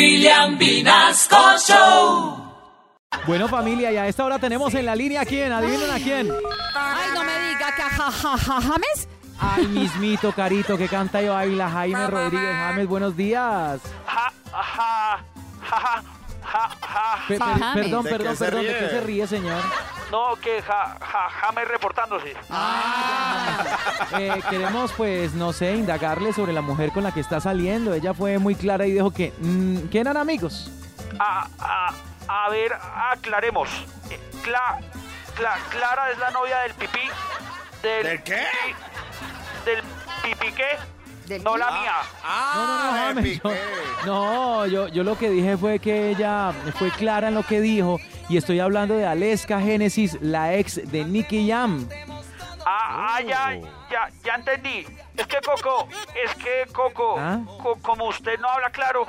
William Vinasco Show. Bueno, familia, y a esta hora tenemos en la línea a quién, adivinen a quién. Ay, no me diga que a ja, ja, ja- James. Ay, mismito, carito, que canta y baila Jaime Rodríguez James, buenos días. Pe- per- James. perdón, ¿De qué perdón, se perdón, ¿de qué ríe? se ríe, señor? No, que ja, ja, James reportándose. Eh, queremos, pues, no sé, indagarle sobre la mujer con la que está saliendo. Ella fue muy clara y dijo que, mm, que eran amigos. A, a, a ver, aclaremos. Eh, Cla, Cla- Clara es la novia del pipí. Del, ¿Del qué? pi- Del pipí qué. Del No la mía. No, no, no, Ah, James, yo- Piqué. no, yo, yo lo que dije fue que ella fue clara en lo que dijo y estoy hablando de Aleska Genesis, la ex de Nicky Jam. Ah, ah, ya, Oh. ya, ya entendí. Es que Coco, es que Coco, ¿Ah? co- como usted no habla claro,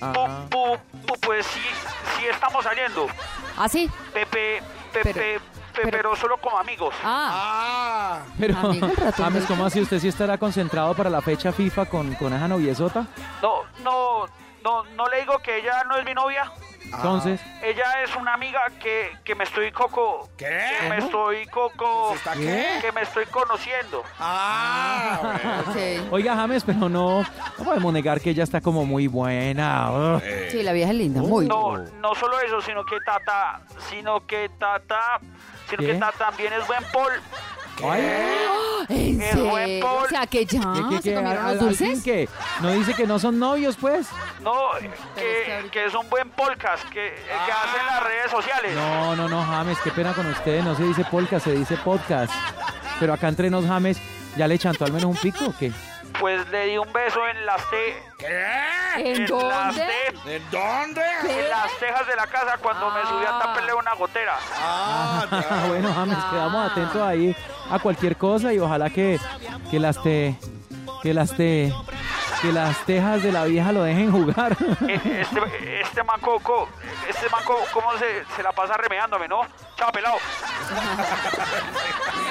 Ah. pu- pu- pu- pues sí, sí estamos saliendo. Así. Pepe, pepe, Pero- pe- pero- pero solo como amigos. Ah, Ah, Pero, Amigo, el ratón James, del ¿cómo así? ¿Usted sí estará concentrado para la fecha FIFA con, con esa noviezota? No, no, no, no le digo que ella no es mi novia. Entonces, Ella es una amiga que, que me estoy coco. ¿Qué? Que me estoy coco. ¿Está qué? Que me estoy conociendo. ah, bueno. ok. oiga, James, pero no, no podemos negar que ella está como muy buena. Ugh. Eh, Sí, la vieja es linda, muy. No, no solo eso, sino que Tata, sino que Tata, sino ¿Qué? que Tata también es buen pol. Ay, ¿En Es serio? buen pol. O sea, que ¿qué- ya qué- Ah, se qué? comieron ¿Al- los al fin dulces. qué? ¿No dice que no son novios, pues? No, es que que, ahorita- que es un buen podcast que, que Ah. hacen las redes sociales. No, no, no, James, qué pena con usted. No se dice polka, se dice podcast. Pero acá entre nos, James, ¿ya le chantó al menos un pico o qué? Pues le di un beso en las te, ¿Qué? ¿En las dónde? te- ¿De dónde? en las tejas de la casa cuando me subí a Ah. taparle una gotera. Ah, Ah, ya. bueno, James, Ah. quedamos atentos ahí a cualquier cosa y ojalá que, que las te. que las te. que las tejas de la vieja lo dejen jugar. Eh, Este, este mancoco, este manco, ¿cómo se, se la pasa remeándome, no? Chao, pelado.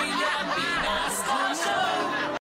William Vinasco Show.